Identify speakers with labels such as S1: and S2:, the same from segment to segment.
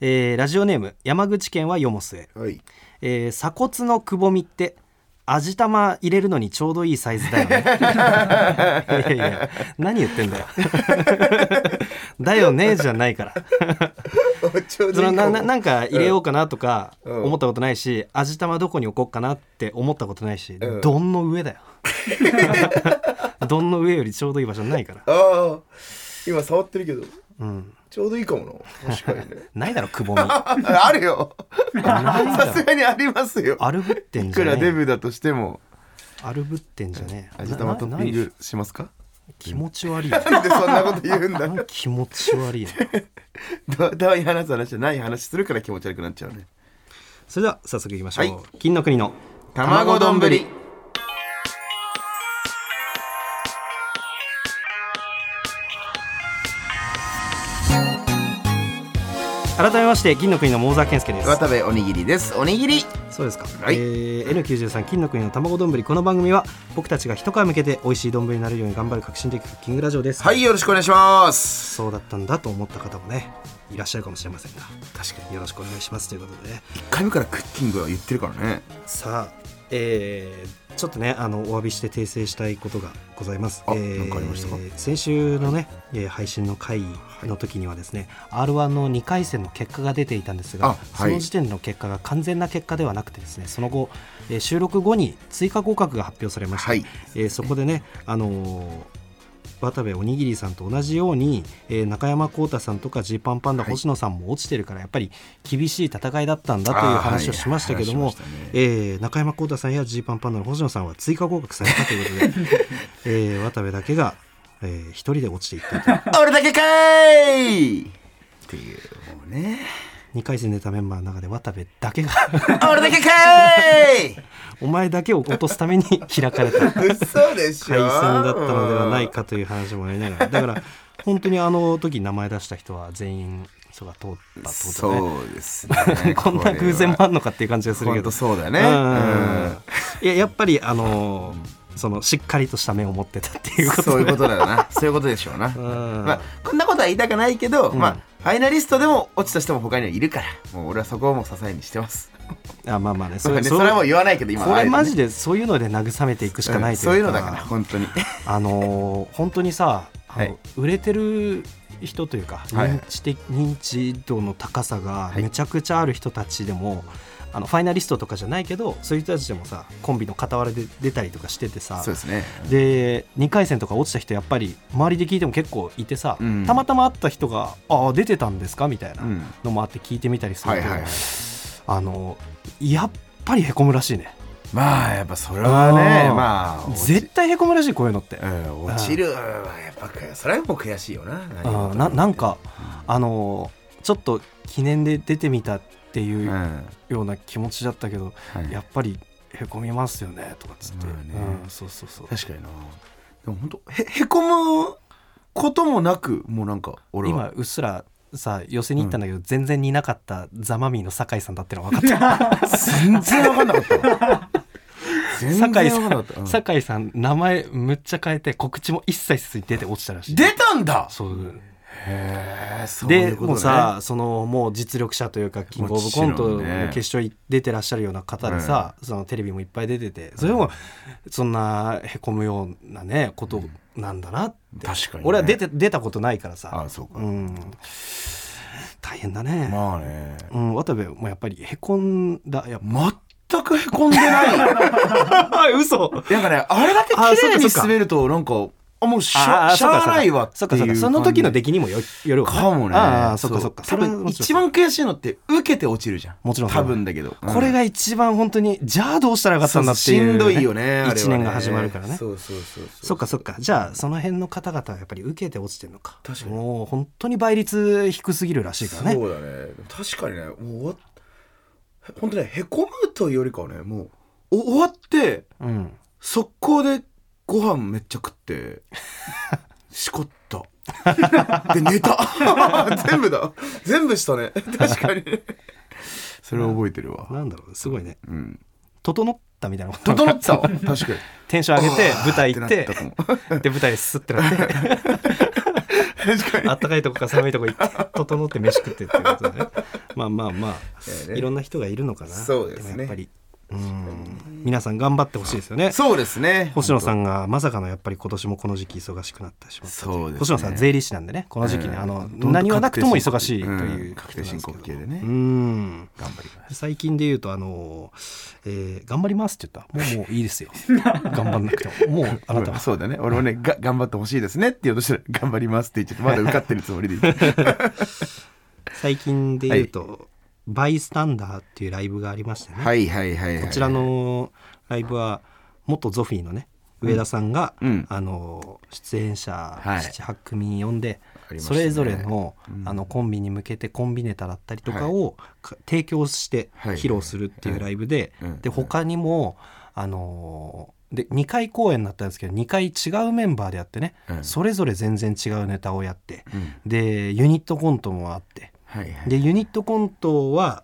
S1: えーラジオネーム山口県はよもすえ、
S2: はい。
S1: えー鎖骨のくぼみって味玉入れるのにちょうどいいサイズだ よねいやいや何言ってんだよ だよねじゃないから
S2: ちょう
S1: そ
S2: ど
S1: の
S2: いい
S1: な
S2: か
S1: な
S2: も。
S1: なんか入れようかなとか
S2: うん
S1: 思ったことないし、味玉どこに置こうかなって思ったことないし、
S2: うん
S1: どんの上だよ どんの上よりちょうどいい場所ないから、
S2: ああ、今触ってるけど、
S1: うん、
S2: ちょうどいいかもな。確かに ね。
S1: ないだろくぼ みない
S2: ああるよ。
S1: だ
S2: さす
S1: ろ
S2: がにありますよ。
S1: アルブってん
S2: い
S1: じ
S2: く
S1: ゃ
S2: らデ
S1: ねえ
S2: ブだとしても、
S1: アルブってんじゃねえ
S2: 味玉トッピン
S1: なな
S2: グしますか
S1: ない気持ち悪いよ
S2: なんでそんなこと言うんだ
S1: なんか気持ち悪いな
S2: だだい話す話じゃない話するから気持ち悪くなっちゃうね
S1: それでは早速いきましょう、
S2: はい
S1: 金の国の
S2: 卵丼ぶり
S1: 改めまして金の国の桃沢健介です
S2: 渡部おにぎりですおにぎり
S1: そうですか、
S2: はい
S1: えー N93 金の国の卵丼ぶりこの番組は僕たちが一皮向けて美味しい丼になれるように頑張る革新的クッキングラジオです
S2: はいよろしくお願いします
S1: そうだったんだと思った方もねいらっしゃるかもしれませんが
S2: 確かに
S1: よろしくお願いしますということでね
S2: 1回目からクッキングは言ってるから ね
S1: さあえーちょっとねあのお詫びして訂正したいことがございます。
S2: あなんかありましたか
S1: 先週のね、えー配信の回の時にはですね、R1 の2回戦の結果が出ていたんですが、
S2: あはい
S1: その時点の結果が完全な結果ではなくてですね、その後、えー収録後に追加合格が発表されました。
S2: はい
S1: えーそこでね、あのー渡部おにぎりさんと同じように、えー中山浩太さんとかジーパンパンダ
S2: はい
S1: 星野さんも落ちてるからやっぱり厳しい戦いだったんだという話をしましたけども、
S2: あーはい話しましたね
S1: えー中山浩太さんやジーパンパンダの星野さんは追加合格されたという ことで、えー渡部だけが、えー一人で落ちていったという
S2: 俺だけかーいっていうもうね
S1: 2回戦出たメンバーの中で渡部だけが
S2: 俺だけかーい
S1: お前だけを落とすために開かれた
S2: 嘘でしょ
S1: 対戦だったのではないかという話もありながらだから本当にあの時名前出した人は全員そが通ったってことね。
S2: そうですね
S1: こんな偶然もあ
S2: こ
S1: んのかっていう感じがするけ
S2: 本
S1: ど
S2: 当そうだね
S1: うんいややっぱりあのーそのしっかりとした目を持ってたっていうこと
S2: そういうことだよ なそういうことでしょうな、
S1: ん
S2: まあ、こんなことは言いたくないけど、まあファイナリストでも落ちた人も他にはいるからもう俺はそこをもう支えにしてます
S1: あまあまあね
S2: そうかねそれはもう言わないけど今
S1: こ
S2: あえ
S1: れ
S2: てね
S1: マジでそういうので慰めていくしかない
S2: うん
S1: というか、
S2: そういうのだから本当に
S1: あのー本当にさあの、
S2: はい
S1: 売れてる人というか
S2: はい
S1: 認知的、認知度の高さが
S2: はい
S1: めちゃくちゃある人たちでも、あのファイナリストとかじゃないけどそういう人たちでもさコンビの傍らで出たりとかしててさ
S2: そうですね
S1: で2回戦とか落ちた人やっぱり周りで聞いても結構いてさ、
S2: うん
S1: たまたま会った人が「ああ出てたんですか?」みたいな
S2: うん
S1: のもあって聞いてみたりする
S2: はい
S1: と、
S2: はいはい
S1: あのやっぱりへこむらしいね
S2: まあやっぱそれはね
S1: あー
S2: まあ落ち
S1: 絶対へこむらしいこういうのって、
S2: うん落ちるはやっぱ悔それはもう悔しいよな何事
S1: あ
S2: も
S1: ななんかあのちょっと記念で出てみたって
S2: う
S1: い
S2: ん
S1: う
S2: は
S1: ような気持ちだったけど、
S2: い
S1: やっぱりへこみますよねとかっつって、
S2: まあね
S1: うん、そうそうそう
S2: 確かになでも本当へへこむこともなくもうなんか俺は
S1: 今うっすらさ寄せに行ったんだけど、全然似なかったザ・マミーの酒井さんだってのは分かった
S2: 全然分かんなかった わ全然分
S1: 酒井さん、
S2: かんなかったうん
S1: 酒井さん名前むっちゃ変えて告知も一切せずに出て落ちたらしい
S2: 出たんだ
S1: そう
S2: へえそうい
S1: で
S2: うことね
S1: もうさそのもう実力者というかキングオブコント
S2: もちろん
S1: の
S2: ね
S1: 決勝に出てらっしゃるような方でさ、そのテレビもいっぱい出ててそれもそんなへこむようなねことなんだなって、
S2: 確かにね
S1: 俺は出て出たことないから
S2: あ
S1: さ
S2: あそうか
S1: うん大変だね、
S2: まあね
S1: うん、渡部もやっぱりへこんだ やっ
S2: 全くへこんで ないなんか
S1: ぱ嘘
S2: ねあれだけ綺
S1: あそっかそ
S2: 麗に
S1: っか
S2: 滑るとなんかあもうしゃ
S1: あー
S2: しゃあないわって
S1: そ
S2: いう
S1: かそうか
S2: う
S1: その時の出
S2: き
S1: 来にもよよるわ
S2: かもね
S1: ああそっかそっか
S2: 多
S1: それは
S2: 分
S1: もちろん
S2: 一番悔しいのって受けて落ちるじゃん
S1: もちろんそう
S2: 多分だけど
S1: これ
S2: よ
S1: が一番本当にじゃあどうしたらよかったんだっていう,、
S2: しんどいよねあれはね
S1: 一年が始まるからね
S2: そうそうそう
S1: そっかそっかじゃあその辺の方々はやっぱり受けて落ちてるのか
S2: 確かに
S1: もう本当に倍率低すぎるらしいからね
S2: そうだね確かにねもう終わっ本当ねへこむというよりかはねもうお終わって
S1: うん
S2: 速攻でご飯めっちゃ食って しこった で寝た全部だ全部したね確かにそれを覚えてるわ
S1: なんだろうすごいね
S2: うん
S1: 整ったみたいなこと
S2: 整ってたわ確かに
S1: テンション上げて舞台行っ
S2: あー
S1: て
S2: なたかも確
S1: で舞台でスッてなって
S2: かに
S1: あったかいとこか寒いとこ行って整って飯食ってっていうことでねまあまあま
S2: ええ
S1: あ
S2: ね
S1: いろんな人がいるのかな
S2: そうですね
S1: もやっぱりうん皆さん頑張ってほしいですよね
S2: そうですね
S1: 星野さ
S2: ん
S1: んがまさかのやっぱり今年もこの時期忙しくなってしまったとい
S2: そうですね
S1: 星野さん税理士なんでねこの時期ね、あの
S2: どんどん
S1: 何はなくても忙しいという、
S2: うん確定申告系でね
S1: うん
S2: 頑張ります
S1: 最近で言うとあの、えー頑張ります」って言ったらもうもういいです よ頑張んなくてももうあなたは
S2: そうだね俺もねが頑張ってほしいですねって言おうとしたら頑張りますって言っちゃってまだ受かってるつもりで いて
S1: 最近で言うと、バイスタンダーっていうライブがありましてね、
S2: はいはいはいはい
S1: こちらのライブは元ゾフィーのね上田さんが、
S2: うん
S1: あの出演者
S2: はい
S1: 78組呼んで、
S2: ありました
S1: そ
S2: ね
S1: れぞれの,、
S2: うん
S1: あのコンビに向けてコンビネタだったりとかを、か提供して
S2: はい
S1: 披露するっていうライブで、
S2: はいうん
S1: で他にもあので2回公演だったんですけど2回違うメンバーでやってね、
S2: うん
S1: それぞれ全然違うネタをやって
S2: うん
S1: でユニットコントもあって
S2: はいはい
S1: でユニットコントは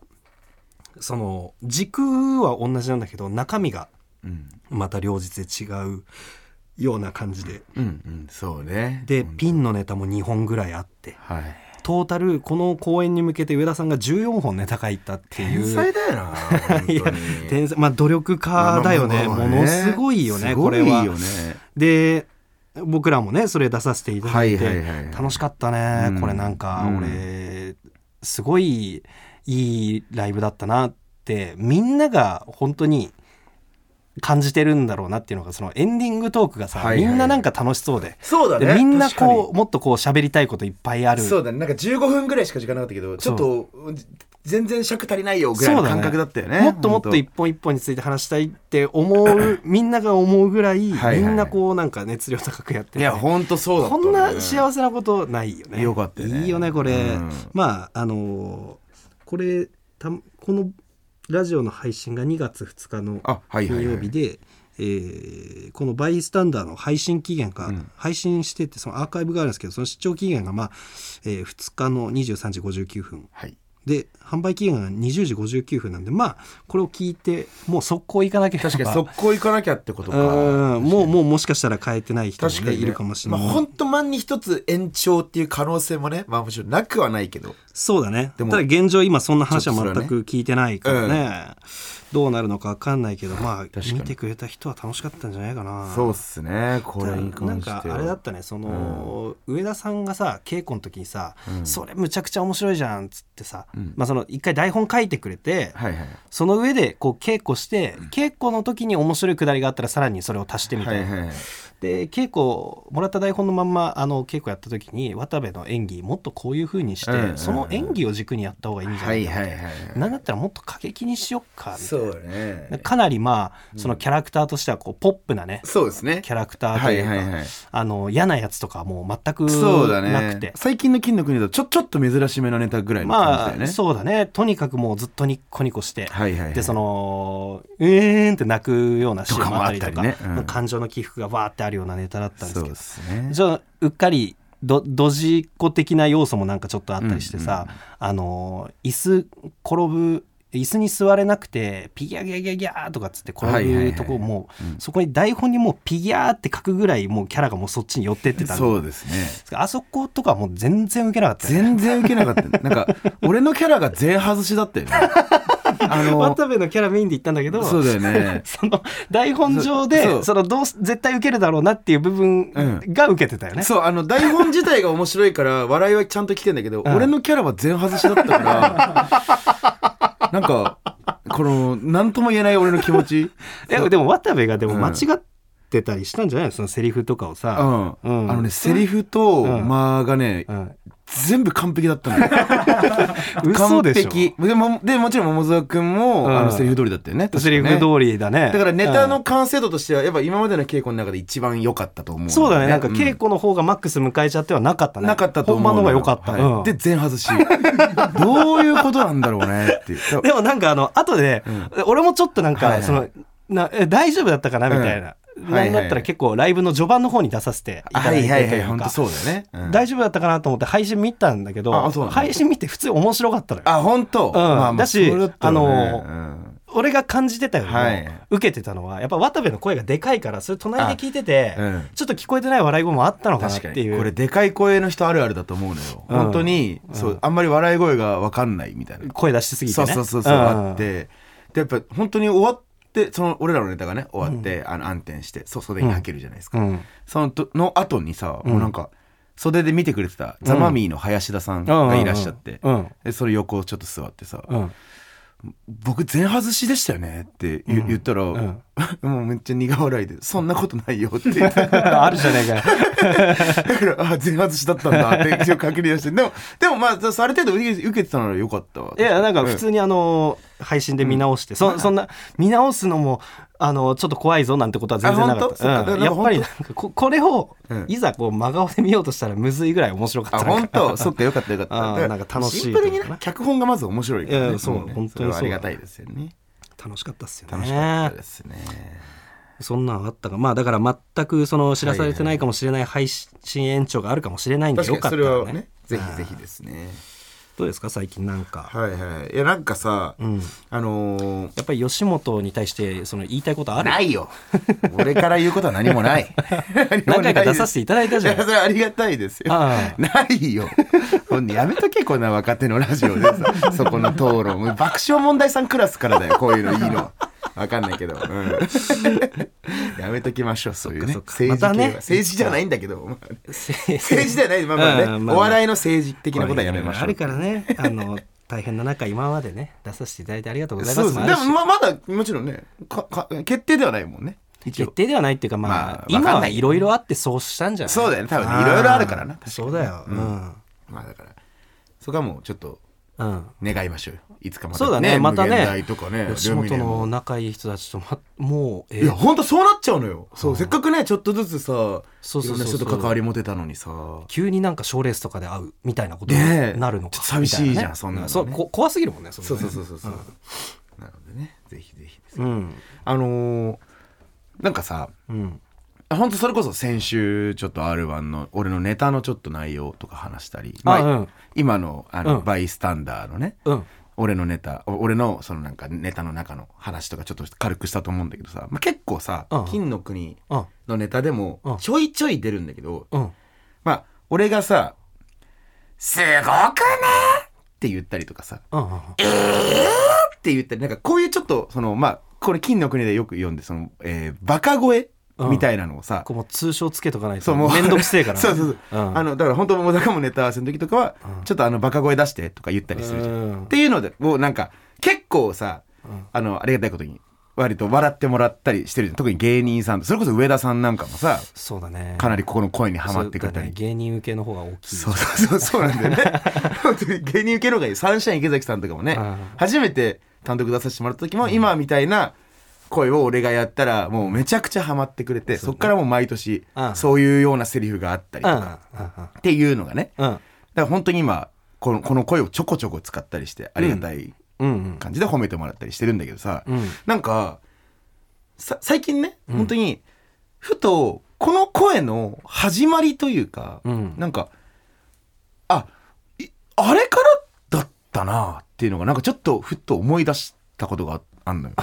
S1: その軸は同じなんだけど中身が
S2: うん
S1: また両日で違うような感じで
S2: うんうんそうね
S1: で
S2: うん
S1: ピンのネタも2本ぐらいあって
S2: はい
S1: トータルこの公演に向けて上田さんが14本ネタ書いたっていう
S2: 天才だよな本当に
S1: いや 天才まあ努力家だよね
S2: まあま
S1: も
S2: あまあ
S1: のすごいよね
S2: す
S1: こ
S2: ごい
S1: れ
S2: よね
S1: は。で僕らもねそれ出させていただい
S2: はいはいはいは
S1: て
S2: い
S1: 楽しかったね、
S2: うん
S1: これなんか
S2: うん
S1: 俺すごいいいライブだったなってみんなが本当に感じてるんだろうなっていうのがそのエンディングトークがさ、
S2: はいはいはい
S1: みんななんか楽しそうで
S2: そうだ
S1: で
S2: ね
S1: みんなこ
S2: 確
S1: うもっとこう喋りたいこといっぱいあ
S2: か
S1: る
S2: にそうだねなんか15分ぐらいしか時間なかったけどちょっと全然尺足りないよぐらいの感覚だったよね
S1: もっともっと一本一本について話したいって思うみんなが思うぐらい
S2: はいはい
S1: みんなこうなんか熱量高くやってて
S2: いや本当そうだった
S1: こ
S2: ね
S1: んな幸せなことないよね。
S2: よかったよね
S1: いいよね、これ。
S2: うん
S1: まあ、あのーこれ、たこのラジオの配信が2月2日の
S2: あは
S1: 金
S2: いはいはい
S1: 曜日で、えーこのバイスタンダーの配信期限が、
S2: うん
S1: 配信してて、そのアーカイブがあるんですけど、その視聴期限が、まあ、え2日の23時59分。
S2: はい
S1: で、販売期限が20時59分なんで、まあ、これを聞いて、もう速攻行かなきゃ
S2: 確かに速攻行かなきゃってことか
S1: うんもう、もうもしかしたら変えてない人も
S2: 確
S1: ね、
S2: かにね
S1: いるかもしれない。
S2: まあ、本当万に一つ延長っていう可能性もねまあもちろんなくはないけど
S1: そうだね。
S2: でも
S1: ただ現状今そんな話は
S2: ちょっとそれはね
S1: 全く聞いてないからね。どうなるのかわかんないけど、まあ
S2: 確かに
S1: 見てくれた人は楽しかったんじゃないかな。
S2: そうっすねこれに関しては
S1: なんかあれだったねその、上田さんがさ稽古の時にさ、
S2: うん
S1: それむちゃくちゃ面白いじゃん」っつってさ、
S2: うん
S1: まあその一回台本書いてくれて、
S2: はいはい
S1: その上でこう稽古して、稽古の時に面白いくだりがあったらさらにそれを足してみたい
S2: は
S1: な、
S2: いはいはい
S1: で稽古もらった台本のまんまあの稽古やった時に渡部の演技もっとこういう風にして、
S2: うんうんうん
S1: その演技を軸にやった方がいいんじゃ
S2: は
S1: ない
S2: い
S1: か、
S2: はい
S1: なんだったらもっと過激にしよっかみたい
S2: そうね
S1: なかなりまあそのキャラクターとしてはこうポップなね
S2: そうですね
S1: キャラクターと
S2: はいいう
S1: か、
S2: はいはい
S1: あの嫌なやつとかはもう全く
S2: そうだ
S1: なくて
S2: ね。最近の金の国だとちょちょっと珍しめのネタぐらいの感じだ
S1: ま
S2: よ
S1: あ、
S2: ね、
S1: そうだねとにかくもうずっとニッコニコして、
S2: はいはいはい
S1: でその「うーん」って泣くようなシーンもあったりと
S2: とか
S1: か
S2: もあったりねうん
S1: 感情の起伏がわーってあるようなネタだったんですけ
S2: そう
S1: ど
S2: ですね
S1: ちょっとうっかりどドジっ子的な要素もなんかちょっとあったりしてさ、あのー椅子転ぶ椅子に座れなくてピギャギャギャギャーとかっつって
S2: はいはいは
S1: 転
S2: い
S1: ぶとこも
S2: うん
S1: うそこに台本にもうピギャーって書くぐらいもうキャラがもうそっちに寄ってってたんで
S2: そうですね
S1: あそことかもう全然受けなかったよね
S2: 全然受けなかったねなんか俺のキャラが全外しだったよ ねあの
S1: 渡部のキャラメインで行ったんだけど
S2: そうだよね
S1: その台本上で
S2: そ
S1: そうのどうす絶対受けるだろうなっていう部分が受けてたよね、
S2: そうあの台本自体が面白 いから笑いはちゃんと来てんだけど、
S1: ん
S2: 俺のキャラは全外しだったから なんかこの何とも言えない俺の気持ち
S1: えでも渡部がでも間
S2: う
S1: 違
S2: ん
S1: ってたりしたんじゃないのそのセリフとかをさ、
S2: うん、
S1: うん
S2: あのねセリフと
S1: うん
S2: 間がね、
S1: うん
S2: 全部完璧だったのよ
S1: 嘘でしょ
S2: 完璧でもでもちろん桃沢君も、
S1: うん
S2: あのセリフ通りだったよね確か
S1: セ
S2: ね
S1: リフ通りだね
S2: だからネタ
S1: う
S2: の
S1: ん
S2: 完成度としてはやっぱ今までの稽古の中で一番良かったと思う、
S1: そうだねなんか
S2: う
S1: 稽古の方がマックス迎えちゃってはなかったね
S2: なかったと思う
S1: 本番の方が良かった、
S2: はい
S1: うん
S2: で全外しどういうことなんだろうねっていう
S1: でもなんかあの後で、
S2: うん
S1: 俺もちょっとなんか、
S2: はいはい
S1: そのなえ大丈夫だったかなみたいな、
S2: は
S1: な
S2: い
S1: んだったら結構ライブの序盤の方に出させていただいてというか、
S2: 本当そうだよね、うん
S1: 大丈夫だったかなと思って配信見たんだけど
S2: あそうなんだ
S1: 配信見て普通に面白かったのよ
S2: あ本当、
S1: ん
S2: まあまあ
S1: だし
S2: それったらね
S1: あの
S2: うん
S1: 俺が感じてたよりも、
S2: はい
S1: 受けてたのはやっぱ渡部の声がでかいからそれ隣で聞いてて、
S2: あうん
S1: ちょっと聞こえてない笑い声もあったのかなっ
S2: 確か
S1: て
S2: に
S1: いう
S2: これでかい声の人あるあるだと思うのよ、
S1: うん
S2: 本当に、そうあんまり笑い声が分かんないみたいな、
S1: 声出しすぎて
S2: そう
S1: ね
S2: そうそうそう、
S1: ん
S2: あってでやっぱ本当に終わってその俺らのネタがね終わって、あの暗転してそう袖に履けるじゃないですか、
S1: うん
S2: そのとの後にさ、
S1: ん
S2: もうなんか袖で見てくれてたザ・マミーの林田さんがいらっしゃって、
S1: うんうん
S2: でそれ横をちょっと座ってさ、
S1: うん
S2: 僕全外しでしたよねって言,、言ったら、
S1: ん
S2: もうめっちゃ苦笑いで「そんなことないよ」って 言ってだ
S1: あるじゃねえかよ
S2: からあ全外しだったんだ って一応確認はしてでもでもまあある程度受け受けてたならよかったわ
S1: いやなんか普通にあの配信で見直して、そそんな見直すのもあのちょっと怖いぞなんてことは全然なかった
S2: あ本当そっか
S1: うん
S2: なん
S1: や
S2: か
S1: っぱりなんかここれを
S2: うん
S1: いざこう真顔で見ようとしたらむずいぐらい面白か
S2: あ
S1: ったな
S2: 本当 そっかよかったよかった
S1: あー
S2: だら
S1: なんか楽しい
S2: シンプルに
S1: というか
S2: ね
S1: な
S2: 脚本がまず面白いから、
S1: いやそう
S2: もね
S1: 本当にそうだ
S2: れはありがたいですよね
S1: 楽しかったっすよ
S2: 楽しかった
S1: ね
S2: ですね
S1: そんなんあったかまあだから全くその知らされてないかもしれない配信延長があるかもしれないんでよかったらね
S2: ぜひぜひですね
S1: どうですか最近なんか、
S2: はいはいいやなんかさ、
S1: うん、
S2: あのー
S1: やっぱり吉本に対してその言いたいことある
S2: ないよ俺から言うことは何もない
S1: 何回か出させて
S2: て
S1: いただいたじゃん
S2: いやそれありがたいですよ
S1: ああ
S2: ないよほんでやめとけこんな若手のラジオ でさそこの討論爆笑問題さんクラスからだよこういうのいい のわかんないけど、うんやめときましょうそういうね
S1: そっかそっか
S2: 政治系は、
S1: またね
S2: 政治じゃないんだけど、まあ
S1: 政
S2: 政治じゃない、まあまあね
S1: うんまあ
S2: お笑いの政治的なことはやめましょう
S1: あるからね、あの、大変な中、今までね、出させていただいてありがとうござい
S2: そ
S1: ま。
S2: うです
S1: も
S2: すね
S1: あ
S2: で
S1: る
S2: も
S1: し
S2: まあまだもちろんねかか決定ではないもんね一応
S1: 決定ではないっていうか、まあ、
S2: まあわ
S1: 今
S2: かん
S1: は
S2: ない
S1: いろいろあってそうしたんじゃない
S2: そうだよね多分ねいろいろあるからな確かにね
S1: そうだよ。う
S2: うん
S1: ん。
S2: まあだからそこはもうちょっと
S1: うん。
S2: 願いましょうよいつかまた
S1: そうだね、また
S2: 無限
S1: ね
S2: 大とかね、
S1: 吉
S2: ルミネ
S1: 本
S2: も
S1: の仲いい人たちと、ま、もう、え
S2: いや本当そうなっちゃうのよそうせっかくねちょっとずつさ
S1: そうそうそうそう
S2: いろんな人と関わり持てたのにさ
S1: 急になんか賞ーレースとかで会うみたいなことに
S2: ねえ
S1: なるのか、
S2: ちょっと寂しいじゃん
S1: みたなね
S2: そんなのね
S1: そうこ怖すぎるもんね、そんな
S2: そう
S1: ね
S2: そうそうそうそうなのでねぜひぜひです
S1: うん。
S2: あのーなんかさ
S1: うん。
S2: 本当それこそ先週ちょっと R1 の俺のネタのちょっと内容とか話したり、
S1: あ
S2: ま
S1: うん
S2: 今のあの、
S1: うん
S2: バイスタンダーのね
S1: うん。
S2: 俺のネタお俺のそのなんかネタの中の話とかちょっと軽くしたと思うんだけどさ、まあ、結構さ
S1: うん
S2: 「金の国
S1: うん。」
S2: のネタでも
S1: うん
S2: ちょいちょい出るんだけど、
S1: うん。
S2: まあ俺がさ「すごくね!」って言ったりとかさ
S1: うんうん。
S2: 「って言ったりなんかこういうちょっとそのまあこれ「金の国」でよく読んでその、えーバカ声みたいなのをさ、
S1: こうもう通称つけとかない
S2: そ
S1: と
S2: うもう
S1: 面倒くせえからね
S2: そうそうそう、
S1: うん
S2: あのだから本当もうだからもうネタ合わせの時とかは、
S1: うん
S2: ちょっとあのバカ声出してとか言ったりするじゃん、
S1: うん
S2: っていうのでもうなんか結構さ、
S1: うん
S2: あのありがたいことに割と笑ってもらったりしてるじゃん特に芸人さんそれこそ上田さんなんかもさ
S1: そうだね
S2: か
S1: な
S2: なりここの声にはまってくれたり
S1: 芸人受けの方が大きい
S2: そうそうそうそうなんだよね本当に芸人受けの方がいいサンシャイン池崎さんとかもね
S1: うん
S2: 初めて単独出させてもらった時も今みたいな声を俺がやったらもうめちゃくちゃハマってくれてそっからもう毎年
S1: うん
S2: そういうようなセリフがあったり
S1: う
S2: と
S1: ん
S2: かっていうのがね
S1: うん
S2: だから本当に今このこの声をちょこちょこ使ったりしてありがたい
S1: うんうん
S2: 感じで褒めてもらったりしてるんだけどさ
S1: うん
S2: なんかさ最近ね本当にふとこの声の始まりというか
S1: うん
S2: なんか、あ、いあれからだったなっていうのが、なんかちょっとふっと思い出したことがああんのよ。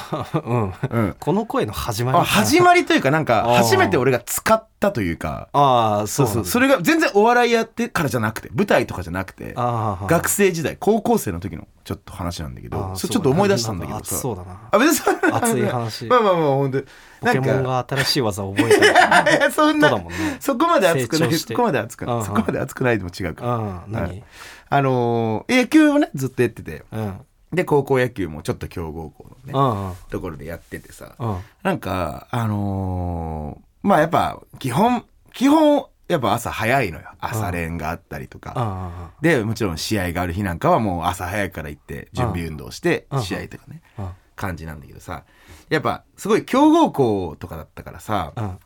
S1: うん
S2: うん。
S1: この声の始まり
S2: あ始まりというか、なんか
S1: あー、
S2: 初めて俺が使ったというか、
S1: ああそう
S2: そ
S1: う
S2: そう、そ
S1: れ
S2: れが全然お笑いやってからじゃなくて、舞台とかじゃなくて、
S1: ああ
S2: 学生時代、高校生の時のちょっと話なんだけ
S1: あ
S2: ど、
S1: あ
S2: それちょっと思い出したんだけど
S1: 熱そう
S2: さ。
S1: だな
S2: あ、別にそんな
S1: 熱い話
S2: まあまあまあ、本当に
S1: ポケモン
S2: なんか、
S1: が新しい技を覚えた
S2: いや そん
S1: 人
S2: な
S1: だもんね
S2: そこまで熱くな
S1: 成長
S2: い、
S1: し
S2: そ
S1: て
S2: こまで熱く
S1: あ
S2: な
S1: あ
S2: い、そこまで熱くないでも違うか
S1: う
S2: ら。
S1: ん何
S2: あのー野球をね、ずっとやってて、
S1: うんうん
S2: で、高校野球もちょっと強豪校の
S1: う
S2: ね、
S1: ん
S2: ところでやっててさ、
S1: うん
S2: なんか、あのーまあやっぱ、基本、基本、やっぱ朝早いのよ。朝練があったりと
S1: う
S2: か。
S1: ん
S2: で、もちろん試合がある日なんかはもう朝早くから行って、準備運動して
S1: う、ん
S2: 試合とかね、
S1: うん
S2: 感じなんだけどさ、やっぱ、すごい強豪校とかだったからさ、
S1: うん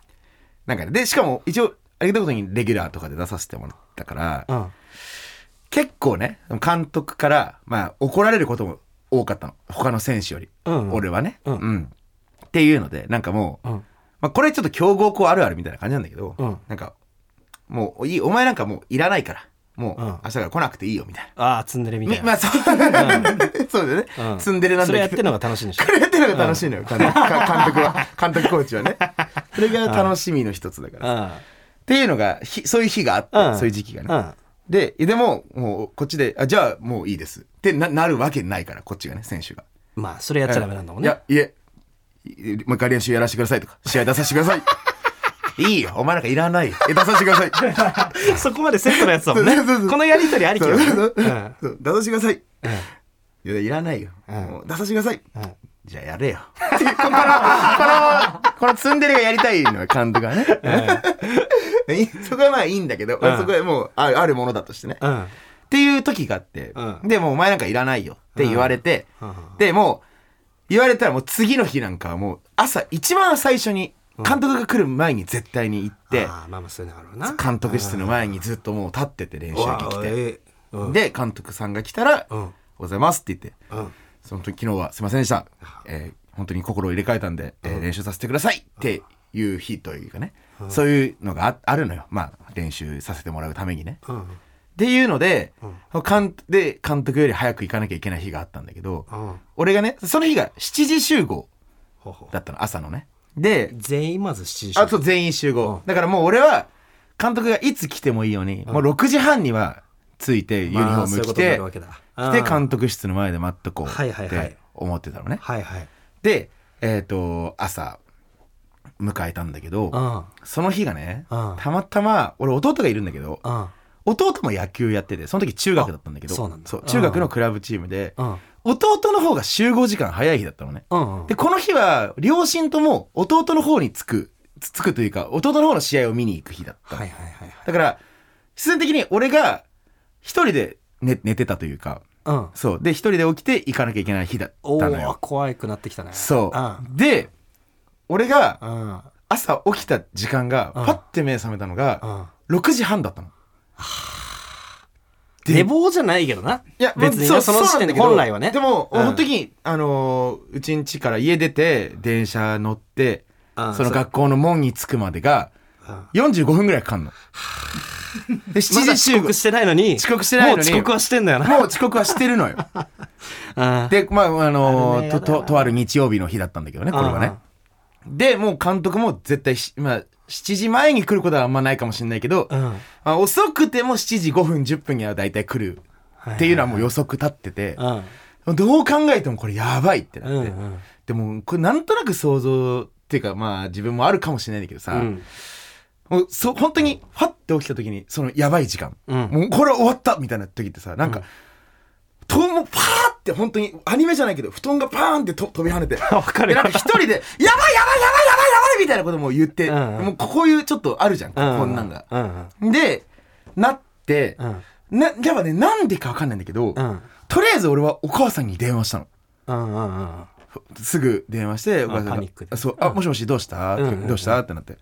S2: なんかね、で、しかも一応、ありがたいことにレギュラーとかで出させてもらったから、
S1: うん
S2: 結構ね監督から、まあ、怒られることも多かったの他の選手より、
S1: うん
S2: 俺はね、
S1: うん
S2: っていうのでなんかもう、
S1: うん
S2: まあ、これちょっと強豪校あるあるみたいな感じなんだけど、
S1: うん
S2: なんかもういいお前なんかもういらないからもう
S1: うん
S2: 明日から来なくていいよみたいな。
S1: ああツンデレみた
S2: み
S1: い
S2: ま
S1: な、
S2: あそう そうだよね、
S1: うん
S2: ツンデレなん
S1: そ
S2: だけど
S1: れやってるのが楽しいんでしょ
S2: これやってるのが楽しいのよ、か監督 は監督コーチはねそれが楽しみの一つだから、っ
S1: あ
S2: ていうのがひそういう日があって、
S1: うん
S2: そういう時期がね、
S1: あ
S2: ででももうこっちであじゃあもういいですってななるわけないからこっちがね選手が
S1: うんまあそれやっちゃダメなんだもん
S2: い
S1: ね
S2: やいえいもう一回練習やらせてくださいとか試合出させてくださ いいいよお前なんかいらないよえ出させてく ださい
S1: そこまでセットのやつだもんね
S2: そうそうそう
S1: このやりとりありき
S2: そ
S1: よ
S2: う
S1: ね
S2: そう
S1: うん
S2: そう出させてください
S1: うん
S2: いやいらないよ、
S1: うん
S2: もう出させてください
S1: うん
S2: じゃあやれよっていうこのこのこのツンデレがやりたいのよ監督がね、いそこはまあいいんだけ
S1: う
S2: ど、
S1: ん
S2: そこはもうああるものだとしてね、
S1: う
S2: っ
S1: ん
S2: ていう時があって、
S1: うん
S2: でもうお前なんかいらないよって言われて、
S1: うん
S2: でもう言われたらもう次の日なんかはもう朝一番最初に監督が来る前に絶対に行って、
S1: ああまあまあそういうのあるわな
S2: 監督室の前にずっともう立ってて練習着着て、
S1: てうん
S2: で監督さんが来たら「お
S1: う
S2: はよ
S1: ん
S2: うございます」って言って。
S1: うん
S2: その時昨日はすいませんでした、えー本当に心を入れ替えたんで、えー練習させてくださいっていう日というかね、そういうのがああるのよまあ練習させてもらうためにね。っ
S1: うん
S2: ていうので,、監で監督より早く行かなきゃいけない日があったんだけど、
S1: うん
S2: 俺がねその日が7時集合
S1: ほうほう
S2: だったの朝のね。で
S1: 全員まず7時
S2: あと全員集合、だからもう俺は監督がいつ来てもいいように、もう6時半には着いてユニフ
S1: ま
S2: ォ
S1: あそ
S2: ー
S1: う
S2: ム
S1: いうこ
S2: 着
S1: とにな
S2: て
S1: るわけだ
S2: 来て監督室の前で待っとこう
S1: はいは
S2: っ
S1: いはい
S2: て思ってたのね。
S1: はいはい
S2: で、えっと朝迎えたんだけ
S1: う
S2: ど
S1: ん
S2: その日がね
S1: うん
S2: たまたま俺弟がいるんだけど
S1: うん
S2: 弟も野球やっててその時中学だったんだけど
S1: あそうなんだうん
S2: 中学のクラブチームで
S1: うん
S2: 弟の方が集合時間早い日だったのね
S1: うんうん
S2: でこの日は両親とも弟の方につくつつくというか弟の方の試合を見に行く日だった
S1: はいはいはいはい
S2: だから必然的に俺が一人で寝寝てたというか
S1: うん
S2: そうで一人で起きて行かなきゃいけない日だっ
S1: お
S2: たのよ
S1: お怖くなってきたね
S2: そう。で、俺が
S1: うんうん
S2: 朝起きた時間が、
S1: うん
S2: パッて目覚めたの
S1: う
S2: が、
S1: ん
S2: 6時半だったの。で
S1: 寝坊じゃないけどない
S2: や
S1: 別にね
S2: う
S1: その時点で
S2: うなんだけど
S1: 本来はね
S2: でも、
S1: うん
S2: 本当に、あのーうちん家から家出て、電車乗って、
S1: うん
S2: その学校の門に着くまでが、
S1: うん
S2: 45分ぐらいかかんの。で、7
S1: まだ
S2: 時
S1: 遅
S2: 集合
S1: 刻。してないのに
S2: 遅刻してないのに
S1: もう遅刻はしてんだよな
S2: もう遅刻はしてるのよ。
S1: うん
S2: で、まあ、あのー
S1: あるね
S2: と、
S1: やだ
S2: と、
S1: な
S2: とある日曜日の日だったんだけどね、これはね。で、もう監督も絶対し、まあ、7時前に来ることはあんまないかもしれないけど、
S1: うん
S2: まあ、遅くても7時5分10分には大体来るっていうのはもう予測立ってて、
S1: うん
S2: どう考えてもこれやばいってな
S1: うん
S2: って、
S1: うん
S2: でもこれなんとなく想像っていうかまあ自分もあるかもしれないんだけどさ、
S1: うん
S2: もうそ本当にファッて起きた時にそのやばい時間、
S1: うん
S2: もうこれ終わったみたいな時ってさなんか、布団もパーって本当にアニメじゃないけど布団がパーンってと飛び跳ねて
S1: わか
S2: で
S1: る
S2: なんか一人で「やばいやばいやばいやばいやばい」みたいなことも言って、
S1: うんうん
S2: もうこういうちょっとあるじゃん、
S1: うん
S2: こんなんが。
S1: うん
S2: でなって、
S1: うん
S2: なやっぱねなんでか分かんないんだけ
S1: う
S2: ど、
S1: ん
S2: とりあえず俺はお母さんに電話したの
S1: うんうんうん
S2: すぐ電話してお母さんが
S1: パニックで
S2: そうあもしもしどうした、
S1: うんうんうん
S2: どうしたってなってで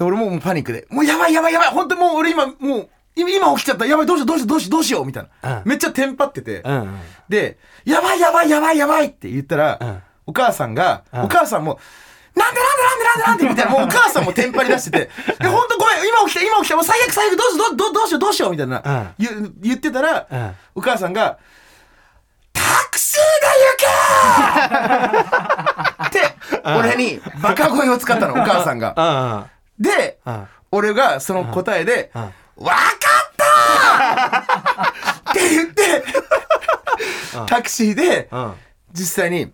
S2: 俺もうパニックでもうやばいやばいやばい本当もう俺今もう今今起きちゃったやばいどうしようどうしようどうしようどうしようみたい
S1: う
S2: な、
S1: ん
S2: めっちゃテンパってて、
S1: うんうん
S2: でやばいやばいやばいやばいって言ったら、
S1: うん
S2: お母さんが、
S1: うん
S2: お母さんもなんでなんでなんでなんでなん でみたいな、もうお母さんもテンパり出してて、え、ほんとごめん、今起きた、今起きた、もう最悪最悪、どうしよう、どうどうしよう、どうしよう、みたいな、言言ってたら、
S1: うん
S2: お母さんが、タクシー が行けって、俺にバカ声を使ったの、お母さんが。
S1: うん
S2: で、
S1: うん
S2: 俺がその答えで、
S1: うん
S2: わかったーって言って、タクシーで、
S1: うん
S2: 実際に、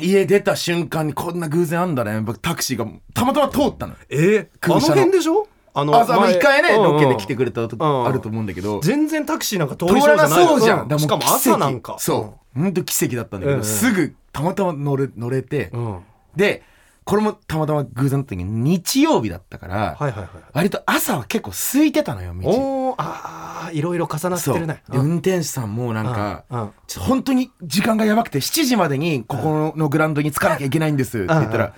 S2: 家出た瞬間にこんな偶然あんだね。僕タクシーがたまたま通ったの。
S1: えー、あ
S2: 空
S1: の
S2: 車の
S1: 辺でしょあの
S2: あそうあの
S1: 前
S2: 一回ね、
S1: うんうん
S2: ロケで来てくれたと
S1: うん
S2: あると思うんだけど。
S1: 全然タクシーなんか通
S2: 通
S1: りそう
S2: ら
S1: じゃ
S2: な
S1: ない
S2: そうじゃん。だ
S1: し
S2: ら
S1: か
S2: う
S1: も
S2: 奇
S1: 朝
S2: 跡
S1: なんか
S2: そう。ほんと奇跡だったんだけ
S1: うんう
S2: ど、
S1: ん
S2: すぐたまたま乗れ、乗れて
S1: う。ん、うん、
S2: で、これもたまたま偶然だったけど、日曜日だったから、
S1: はいはいはい
S2: 割と朝は結構空いてたのよ、道。
S1: おおあーいろいろ重なって
S2: そう。
S1: る
S2: で
S1: ね
S2: 運転手さんもなんか
S1: うんうん、
S2: ちょっと本当に時間がやばくて、7時までにここのグラウンドに着かなきゃいけないんですって言った
S1: うん
S2: ら、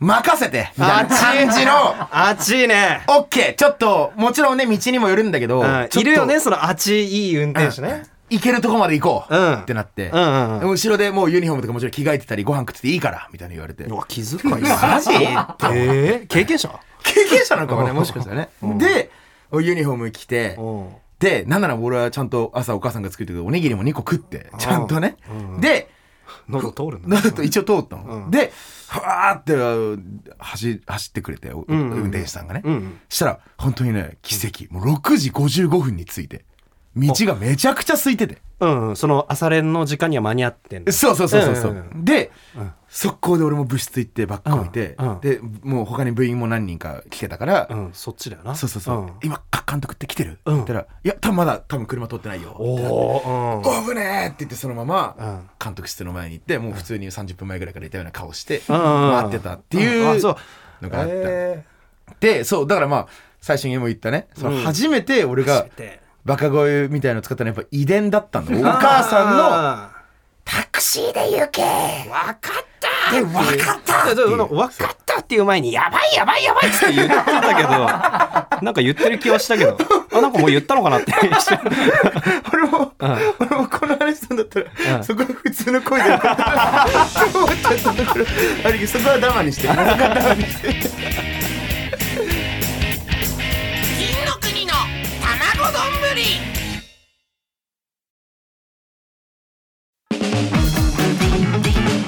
S2: 任せてみたいな感じの、
S1: あっちいね
S2: オッケーちょっと、もちろんね、道にもよるんだけど、
S1: うん
S2: ちょっと
S1: いるよねそのあっちいい運転手ね
S2: い行けるとこまで行こう、
S1: うん
S2: ってなって、
S1: うんうんうん
S2: でも後ろでもうユニフォームとかもちろん着替えてたりご飯食ってていいからみたいに言われて
S1: うわ気遣い
S2: マジ
S1: えー、経験者
S2: 経験者なのかもねもしかしたらね、でユニフォーム着て、
S1: うん
S2: でなんなら俺はちゃんと朝お母さんが作ってくれたおにぎりも2個食ってちゃんとね、で
S1: 喉通る
S2: な
S1: の
S2: ると一応通ったの、でふわーってあ走走ってくれて、お
S1: んうん
S2: 運転手さんがね、
S1: うん
S2: したら本当にね奇跡もう6時55分に着いて道がめちゃくちゃ空いてて
S1: うんうんその朝練の時間には間に合ってんの
S2: そうそうそうそうそう、
S1: うんうん
S2: で、
S1: うん
S2: 速攻で俺も部室行ってばっか置いて、
S1: うんうん
S2: でもう他に部員も何人か来てたから、
S1: うんそっちだよな
S2: そうそうそう、
S1: ん
S2: 今か監督って来てる、
S1: うん
S2: って言ったら「いや多分まだ多分車通ってないよ」
S1: お
S2: って
S1: おうん
S2: 危ねえ!」って言ってそのま
S1: うん
S2: ま監督室の前に行ってもう普通に30分前ぐらいからいたような顔して
S1: うんうんうん
S2: 待ってたってい
S1: んあ
S2: う
S1: そう
S2: のがあった
S1: え
S2: でそうだからまあ最初にも言ったねその
S1: うん
S2: 初めて俺
S1: ー初
S2: が
S1: めて
S2: バカ声みたいのを使ったのはやっぱ遺伝だったんだお母さんの「タクシーで行け!」
S1: 分かった
S2: で分かったっていう
S1: 分かったっていう前に「やばいやばいやばい」って言ってたけどなんか言ってる気はしたけどあなんかもう言ったのかなって
S2: 俺も、
S1: うん
S2: 俺もこの話すんだったら、
S1: うん
S2: そこは普通の声でそう思っちゃったんだけどあるけどそこはダマ にしてそこはダマにして
S3: 金の国の卵丼ぶり金の国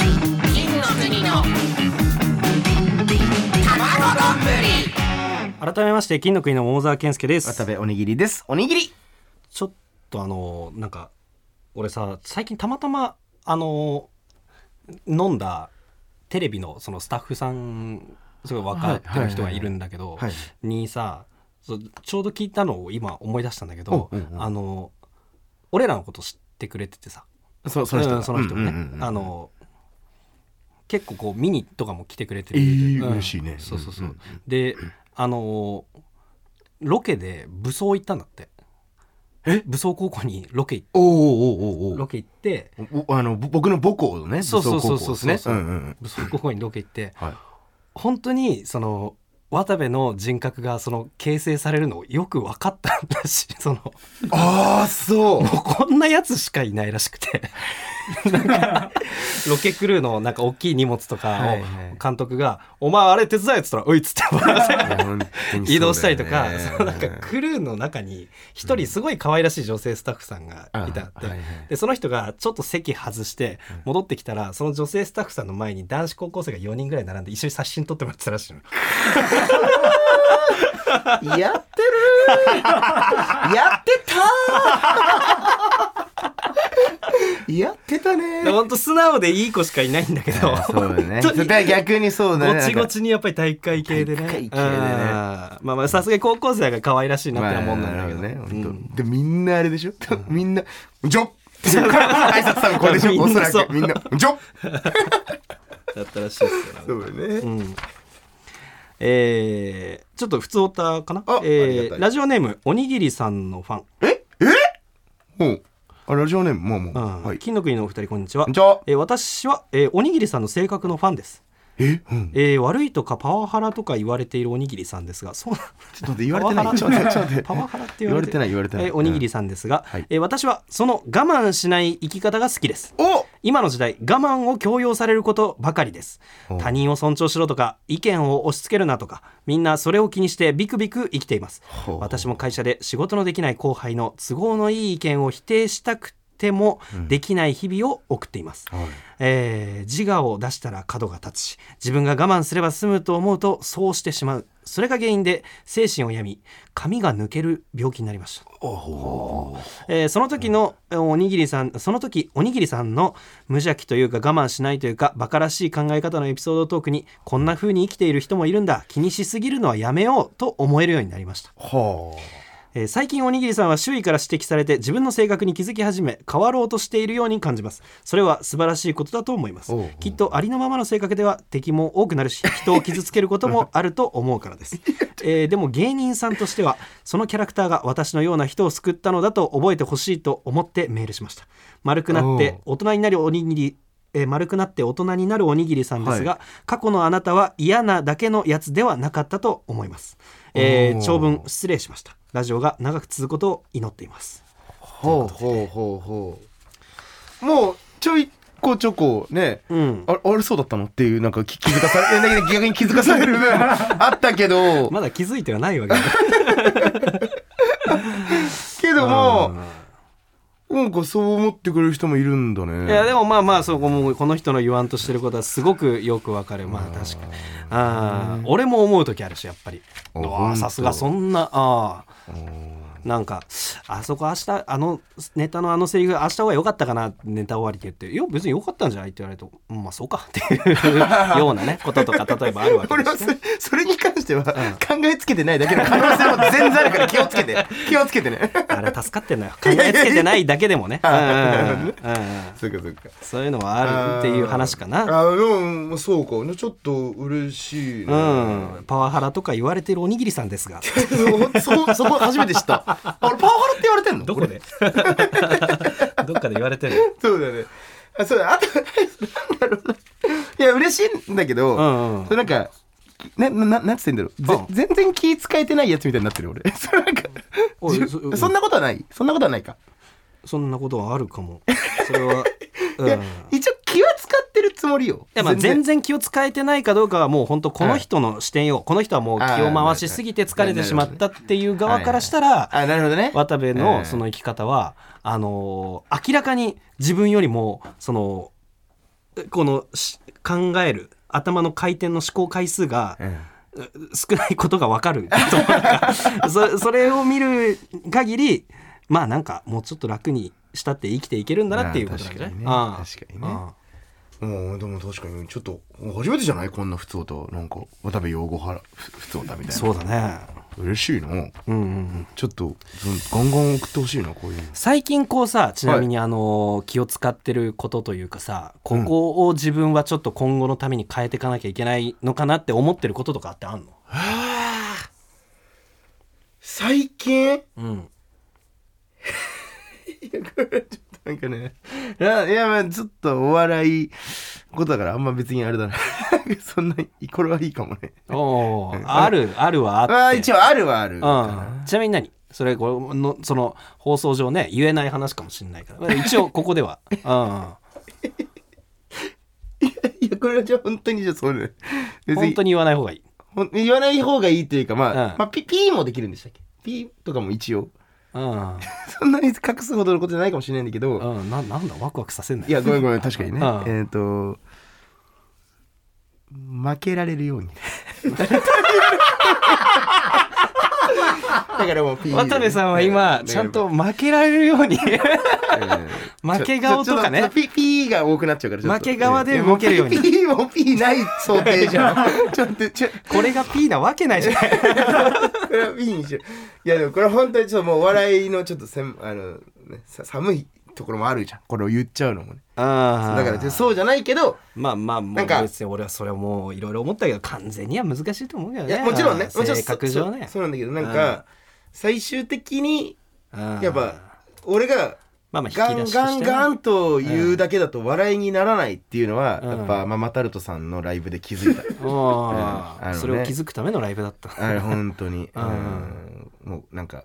S3: の卵丼ぶり
S1: 改めまして金の国の桃沢健介です
S2: 渡部おにぎりですおにぎり
S1: ちょっとあのなんか俺さ最近たまたまあの飲んだテレビのそのスタッフさんすごい若
S2: はい
S1: い手の人がいるんだけど
S2: はい
S1: にさそうちょうど聞いたのを今思い出したんだけど
S2: おうんうん
S1: あの俺らのこと知ってくれててさ
S2: そそ
S1: うんその人も
S2: うんう
S1: ね
S2: んうんうん
S1: あの結構こう見にとかも来てくれて
S2: え
S1: る
S2: ー
S1: うん
S2: 嬉しいね
S1: そうそうそううんであのロケで武装行ったんだって
S2: え
S1: 武装高校にロケ行っ
S2: おおおおお
S1: ロケ行って
S2: おあのぼ僕の母校のね
S1: そうそうそうそう
S2: 武装高校ですね
S1: そう
S2: う
S1: そうん
S2: うん
S1: 武装高校にロケ行って
S2: はい
S1: 本当にその渡部の人格がその形成されるのをよく分かったらしいその
S2: ああそう
S1: もうこんなやつしかいないらしく てなんかロケクルーのなんか大きい荷物と
S2: は
S1: か
S2: いはい
S1: を監督が「お前あれ手伝え」っつったら「おい」っつって移動したりとかそうなんかクルーの中に一人すごい可愛らしい女性スタッフさんがいたって、でその人がちょっと席外して戻ってきたらその女性スタッフさんの前に男子高校生が4人ぐらい並んで一緒に写真撮ってもらってたらしいの
S2: やってる やってたやってたね
S1: でほんと素直でいい子しかいないんだけど
S2: そうだね。
S1: 本当
S2: だ
S1: に
S2: から逆にそうだね。
S1: ごちご
S2: ち。
S1: ちにやっぱり体育会系でね
S2: 体育会系でね
S1: あーまあまあさすがに高校生が可愛らしいなって
S2: ま
S1: の
S2: あ、
S1: はもんな
S2: なん
S1: だけ
S2: る
S1: ど
S2: ほどね。
S1: う
S2: 本当
S1: ん
S2: で、みんなあれでしょみんな、ジョ ッ挨拶多分これでしょおそらく。
S1: み
S2: みんな、ジョッ
S1: だったらしいですよ
S2: そうだ
S1: う
S2: ね。
S1: んえーちょっと普通オタかな
S2: あ、あり
S1: え
S2: がた
S1: ー
S2: い
S1: ラジオネームおにぎりさんのファン、
S2: ええもう、あ、ラジオネーム、もう
S1: う
S2: も
S1: ん
S2: う。はい。
S1: 金の国のお二人こんにちは
S2: こんにちは
S1: えー私は、えーおにぎりさんの性格のファンです、
S2: えうん。
S1: えー悪いとかパワハラとか言われているおにぎりさんですがそう
S2: ちょっと待って、言われてない。ちょっと待って、ちょっと待って。
S1: パワハラって言
S2: 言
S1: わ
S2: わ
S1: れて
S2: れてない、言われてない。
S1: えーおにぎり
S2: うん
S1: さんですが、
S2: はい
S1: えー私はその我慢しない生き方が好きです
S2: お
S1: 今の時代我慢を強要されることばかりです
S2: お
S1: 他人を尊重しろとか意見を押し付けるなとかみんなそれを気にしてビクビク生きています
S2: ほう
S1: 私も会社で仕事のできない後輩の都合のいい意見を否定したくてもできない日々を送っています、
S2: はい
S1: えー自我を出したら角が立つし自分が我慢すれば済むと思うとそうしてしまうそれが原因で精神を病み髪が抜ける病気になりましたえーその時のえーおにぎりさんその時おにぎりさんの無邪気というか我慢しないというかバカらしい考え方のエピソードトークにこんな風に生きている人もいるんだ気にしすぎるのはやめようと思えるようになりました、
S2: は
S1: えー最近おにぎりさんは周囲から指摘されて自分の性格に気づき始め変わろうとしているように感じますそれは素晴らしいことだと思います
S2: おうおう
S1: きっとありのままの性格では敵も多くな るし人を傷つけることもあると思うからです、えーでも芸人さんとしてはそのキャラクターが私のような人を救ったのだと覚えてほしいと思ってメールしました丸くなって大人になるおにぎりえー丸くなって大人になるおにぎりさんですが、過去のあなたは嫌なだけのやつではなかったと思います、えー
S2: おー
S1: 長文失礼しましたラジオが長く続くことを祈っています
S2: あ。ほうほうほうほうもうちょいこちょこね、
S1: うん
S2: ああれそうだったのっていうなんか気気づかされえ逆に気づかされる部分あったけど
S1: まだ気づいてはないわけだ
S2: けどもうんかそう思ってくれる人もいるんだね
S1: いやでもまあまあそこもこの人の言わんとしてることはすごくよくわかるまあ確かにあー俺も思う時あるしやっぱり
S2: あ
S1: う
S2: ほん
S1: わー
S2: と
S1: さすがそんなあーなんかあそこ明日あのネタのあのセリフ明日は良かったかなネタ終わりで言って「いや別に良かったんじゃない?」って言われると「うんまあそうか」って いうようなねこととか例えばあるわけ
S2: 俺
S1: で
S2: は
S1: す
S2: それそれに関しては考えつけてないだけの可能性も全然あるから気をつけて気をつけてね
S1: あれ助かってんのよ考えつけてないだけでもねうんうんうんうん
S2: そうかそうか
S1: そういうのはあるっていう話かな
S2: あーでもそうかちょっと嬉しいね
S1: うん、パワハラとか言われてるおにぎりさんですが
S2: そそこ初めて知ったあ俺パワハラって言われてんの
S1: ど こでどっかで言われてる
S2: そうだね。あ、そうだ。あと、なんだろうな。いや、嬉しいんだけど、
S1: うんうん
S2: それなんか、な、な、ななんつってんだろう、ぜ
S1: うん
S2: 全然気使えてないやつみたいになってるよ俺。 それなんか
S1: おい
S2: じゅ
S1: そうん
S2: そんなことはない。そんなことはないか。
S1: そんなことはあるかもそれ は、うん、
S2: い
S1: い
S2: や、一応気は使ってるつもりよ。
S1: やまあ全然気を使えてないかどうかはもう本当この人の視点を、この人はもう気を回しすぎて疲れてしまったっていう側からしたら
S2: あ、なるほどね。
S1: 渡部
S2: ええ
S1: のその生き方は、あのー明らかに自分よりもそのこのし考える頭の回転の思考回数が
S2: うん
S1: 少ないことが分かる となんかそそれを見る限りまあなんかもうちょっと楽にしたって生きていけるんだなっていうことだけどね。
S2: まあ
S1: ああ
S2: 確かにね確かにね
S1: ああ
S2: うん、でも確かに、ちょっと、初めてじゃないこんな普通と、なんか、渡部陽子はら、ふ普通だみたいな。
S1: そうだね、
S2: 嬉しいな。
S1: うんうんうん、
S2: ちょっと、ガンガン送ってほしいな、こういうの。
S1: 最近こうさちなみにあのー気を使ってることというかさここを自分はちょっと今後のために変えていかなきゃいけないのかなって思ってることとかってあんの、
S2: 最近
S1: うん、
S2: なんかね、いや、いやまあちょっとお笑いことだから、あんま別にあれだな。 そんなに、これはいいかもね。
S1: おーあるあるはあって
S2: まあ、一応あるはあるかな。
S1: うん、ちなみに何それこれのその放送上ね言えない話かもしれないからまあ一応ここでは、う
S2: いや、これはじゃあ本当にじゃあそうね。 別
S1: ん、本当に言わない方がいい
S2: ほん言わない方がいいというか、まあ、
S1: うん
S2: まあ、ピ、ピーもできるんでしたっけピーとかも一応。
S1: うん、
S2: そんなに隠すほどのことじゃないかもしれないんだけど、
S1: うん、ななんだワクワクさせんない
S2: いや、ごめんごめん、確かにね。
S1: うん
S2: えっ、と、負けられるように。だからもうピー
S1: 渡部さんは今ちゃんと負けられるように 負
S2: 負
S1: け顔とかね
S2: ピーピーが多くなっちゃうからちょっと
S1: 負け側で動けるように
S2: いやピーもピーない想定じゃ んちょっとちょ
S1: これが P なわけないじゃ ない
S2: これはピーにしよういやでもこれ本当にちょっともう笑いのちょっとせんあの、ね、さ寒いところもあるじゃんこれを言っちゃうのもねだ
S1: だ
S2: からそうじゃないけど
S1: まあまあも
S2: な
S1: うん
S2: か
S1: 別に俺はそれはもういろいろ思ったけど完全には難しいと思うけど
S2: い
S1: ね
S2: やもちろんね
S1: う
S2: もちろん
S1: 性格上ね
S2: そそうなんだけどなんか最終的に
S1: うん
S2: やっぱ俺が
S1: まあまあ
S2: ガ
S1: 引き
S2: ン
S1: 出しとしてね
S2: ガンガンと言うだけだと笑いにならないっていうのは、
S1: うん
S2: やっぱママタルトさんのライブで気づいた。
S1: あ
S2: うんあの
S1: あ
S2: ね
S1: それを気づくためのライブだった
S2: あれ本当に、
S1: うん
S2: うんもうなんか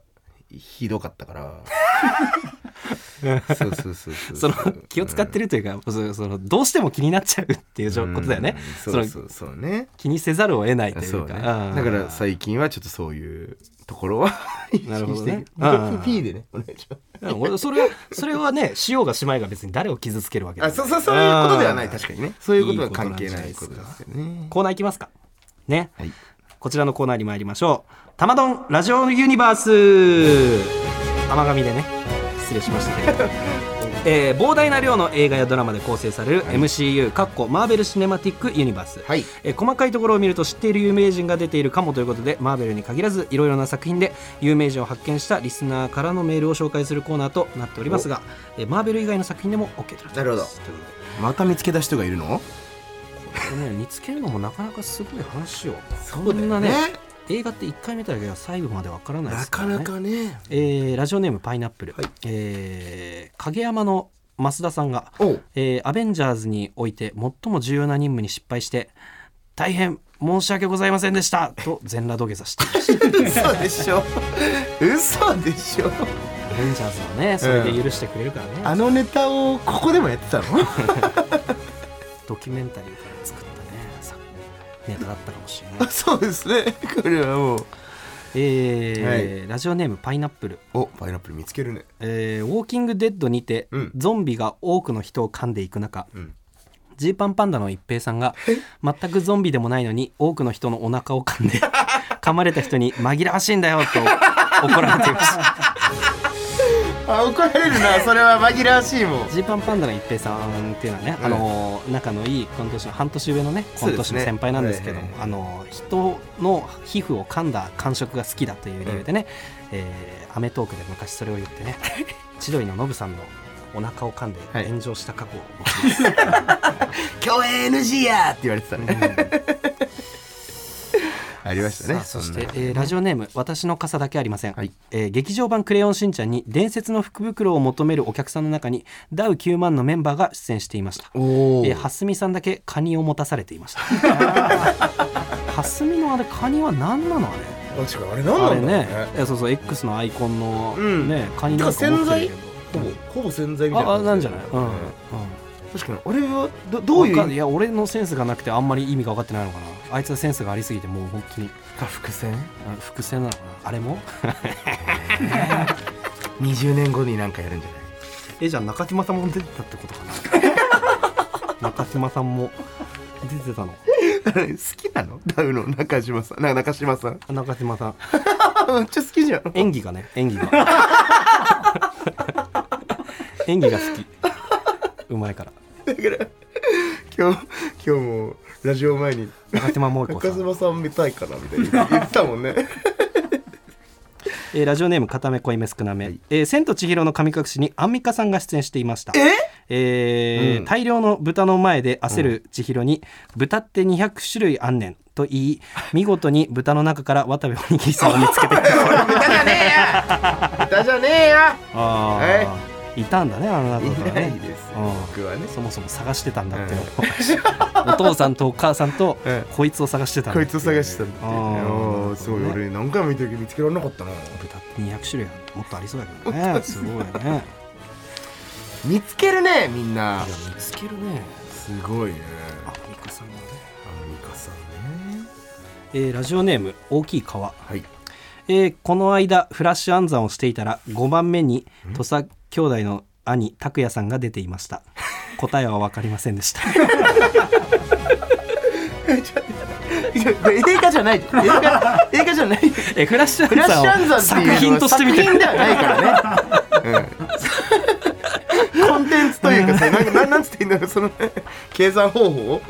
S2: ひどかったからそうそうそうそ う
S1: その気を使ってるというか、そ そのどうしても気になっちゃうっていう状
S2: うん
S1: ことだよね、
S2: うん
S1: そ
S2: そ
S1: の
S2: うそうそうね
S1: 気にせざるを得ないとい
S2: そううね
S1: か
S2: だ
S1: うん
S2: から最近はちょっとそういうところは
S1: なるほどね
S2: 意識して
S1: うん
S2: ピーでねお願いします
S1: うん俺それはそれはねしようがしまいが別に誰を傷つけるわけで
S2: あ
S1: も
S2: そうそうそういうことではない
S1: うん
S2: 確かにねそういうこと
S1: い
S2: はい
S1: ことなん
S2: 関
S1: じ
S2: 係
S1: ゃな
S2: ない
S1: で
S2: い
S1: すか
S2: ことですけどね
S1: コーナーいきますかね、
S2: はい
S1: こちらのコーナーに参りましょう玉丼ラジオユニバース甘神でね失礼しましたけれ どもえー膨大な量の映画やドラマで構成される MCU かっこマーベル・シネマティック・ユニバース、
S2: はい
S1: えー細かいところを見ると知っている有名人が出ているかもということでマーベルに限らずいろいろな作品で有名人を発見したリスナーからのメールを紹介するコーナーとなっておりますが、えーマーベル以外の作品でも OK となっております
S2: なるほど
S1: ということで
S2: また見つけた人がいるの
S1: これね見つけるのもなかなかすごい話よ
S2: そう
S1: こ
S2: だよね
S1: んなね映画って1回見ただけでは細部までわからないで
S2: な
S1: すか、
S2: から
S1: ね、
S2: なかね
S1: えーラジオネームパイナップル、
S2: はい
S1: えー影山の増田さんが、
S2: おう
S1: えーアベンジャーズにおいて最も重要な任務に失敗して大変申し訳ございませんでしたと全裸土下座していました
S2: 嘘でしょ嘘でしょ
S1: えレンジャーズはねそれで許してくれるからね、
S4: あのネタをここでもやってたの
S1: ドキュメンタリーから作ったね作ネタだったかもしれない
S4: そうですねこれはもう
S1: えーラジオネームパイナップル
S4: おパイナップル見つけるね
S1: えーウォーキングデッドにて、
S4: うん
S1: ゾンビが多くの人を噛んでいく中
S4: うん
S1: ジーパンパンダの一平さんが全くゾンビでもないのに多くの人のお腹を噛んで噛まれた 人に紛らわしいんだよと怒られていました
S4: あ怒られる なそれは紛らわしいもん
S1: ジーパンパンダの一平さんっていうのはね、
S4: うん
S1: あのー仲のいい今年の半年上のね今
S4: そうで
S1: 年
S4: す
S1: の
S4: ね
S1: 先輩なんですけども、
S4: はいはい
S1: あのー人の皮膚を噛んだ感触が好きだという理由でね「えーアメトーク」で昔それを言ってね千鳥のノブさんのお腹を噛んで
S4: はい
S1: 炎上した過去を僕
S4: 共演 NG やって言われてたね、ありましたね
S1: さあそし
S4: ん
S1: て
S4: な、
S1: えーラジオネーム「私の傘だけありません」
S4: はい
S1: えー劇場版「クレヨンしんちゃん」に伝説の福袋を求めるお客さんの中にダウ9万のメンバーが出演していました、
S4: おお、
S1: えー、蓮見さんだけカニを持たされてい ました蓮見のあれカニは何なのあれ
S4: 確かにあれ何
S1: あ
S4: な
S1: れ
S4: んだろう
S1: ねいやそうそう X のアイコンの、
S4: うん
S1: ねカニなんか持ってるけ
S4: ほ
S1: ど
S4: ぼほぼ洗剤みたいな
S1: ああ
S4: 感
S1: なん
S4: だ
S1: じゃ
S4: よ
S1: な
S4: ね
S1: い、うんうん、
S4: 確かに俺はどどういう
S1: わかんいや俺のセンスがなくてあんまり意味が分かってないのかなあいつはセンスがありすぎてもう本当に
S4: か伏線
S1: あ伏線なのかなあれも
S4: 20年後になんかやるんじゃない
S1: えじゃあ中島さんも出てたってことか な中島さんも出てたの
S4: 好きなのダウの中島さんな中島さん
S1: あ中島さん
S4: あめっちゃ好きじゃん
S1: 演技がね演技が演技が好きうまいから
S4: 今日今日もラジオ前に
S1: 中島萌子さ
S4: 中
S1: ん、
S4: 島さん見たいかなみたいな言ってたもんね
S1: えーラジオネーム片目濃いめ少なめ、えー千と千尋の神隠し」にアンミカさんが出演していましたえー
S4: うん
S1: 大量の豚の前で焦る千尋に「豚って200種類あんねん」と言い見事に豚の中から渡部おにぎりさんを見 つけて
S4: 歌じゃねえや歌じゃねえや
S1: あーいたんだねあの
S4: い
S1: 中から
S4: ない
S1: ね
S4: ですよ
S1: うん
S4: 僕はね
S1: そもそも探してたんだっていう お父さんとお母さんと
S4: うん
S1: こいつを探してたんだ
S4: こ
S1: っ
S4: い
S1: て
S4: つを探してたんだっていうね
S1: あー
S4: あーすごい俺何回も見てるけど見つけられなかったな
S1: 豚って200種類もっとありそうだけ どねすごいねいや
S4: 見つけるねみんな
S1: 見つけるね
S4: すごいね
S1: アンミカさんがね、
S4: アンミカさんね
S1: えーラジオネーム大きい川
S4: はい
S1: えーこの間フラッシュ暗算をしていたら5番目に土佐兄弟の兄拓也さんが出ていま した答えは分かりませんでした
S4: これ映画じゃない映画映画じゃないフ
S1: えフラッシュ
S4: ラッ
S1: 暗
S4: シュア
S1: 算
S4: ンザ
S1: を
S4: ーって
S1: 作
S4: いう
S1: 品として見て
S4: 作品ではないからね、うん、コンテンツというかさなんかなんなんつっていいんだろうその計算方法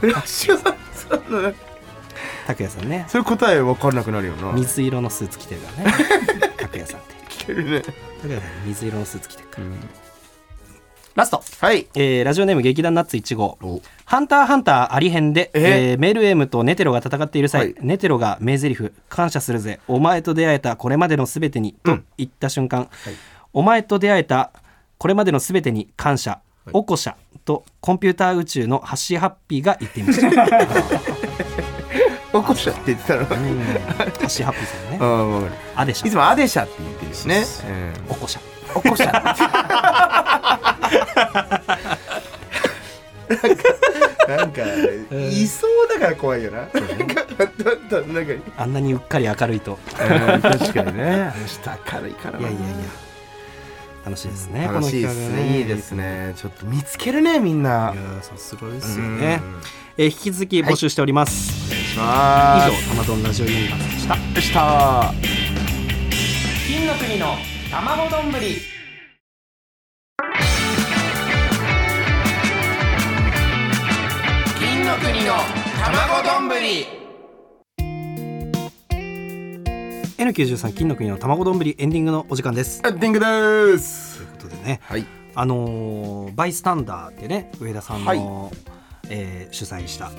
S4: フラッシュアンザーのなんか
S1: 拓也さんね
S4: それ答え分かんなくなるよな見
S1: 水色のスーツ着てるから ね拓也さんって
S4: つけるね、
S1: 拓也さん水色のスーツ着てるから、ラスト
S4: はい
S1: えーラジオネーム劇団ナッツ1号
S4: お
S1: ハンターハンターありへんで、
S4: え
S1: えーメルエムとネテロが戦っている際、
S4: はい
S1: ネテロが名台詞感謝するぜお前と出会えたこれまでのすべてに」と言った瞬間、お前と出会えたこれまでのすべてに感謝、おこしゃ」とコンピューター宇宙のハッシーハッピーが言ってい ました、うん、ハ
S4: 起こしたって言ってたの
S1: ッシーハッピーさんね
S4: あ分かる
S1: あでし
S4: いつ
S1: ゃ
S4: もアデシャって言ってるしね
S1: そうそうおこしゃ
S4: うん 起こしたなんかなんかいそうだから怖いよな、なんかだんだんなんか
S1: あんなにうっかり明るいと
S4: うん確かにね。明るいから
S1: いやいやいや楽しいですね
S4: 楽しいです
S1: この企画が
S4: ね。いいですね。ちょっと見つけるね、みんな。
S1: いやーさすがで
S4: です
S1: よね、えー引き続き募集しております、以
S4: ま
S1: 上
S4: す。
S1: 「アマゾンラジオユニバース」でした
S4: でした。
S2: 金の国の卵丼ぶり金の国の卵丼ぶり
S1: N93 金の国の卵丼ぶりエンディングのお時間です
S4: エンディングです。
S1: ということでね
S4: はい。
S1: あのーバイスタンダーってね上田さんの、えー主催した
S4: うん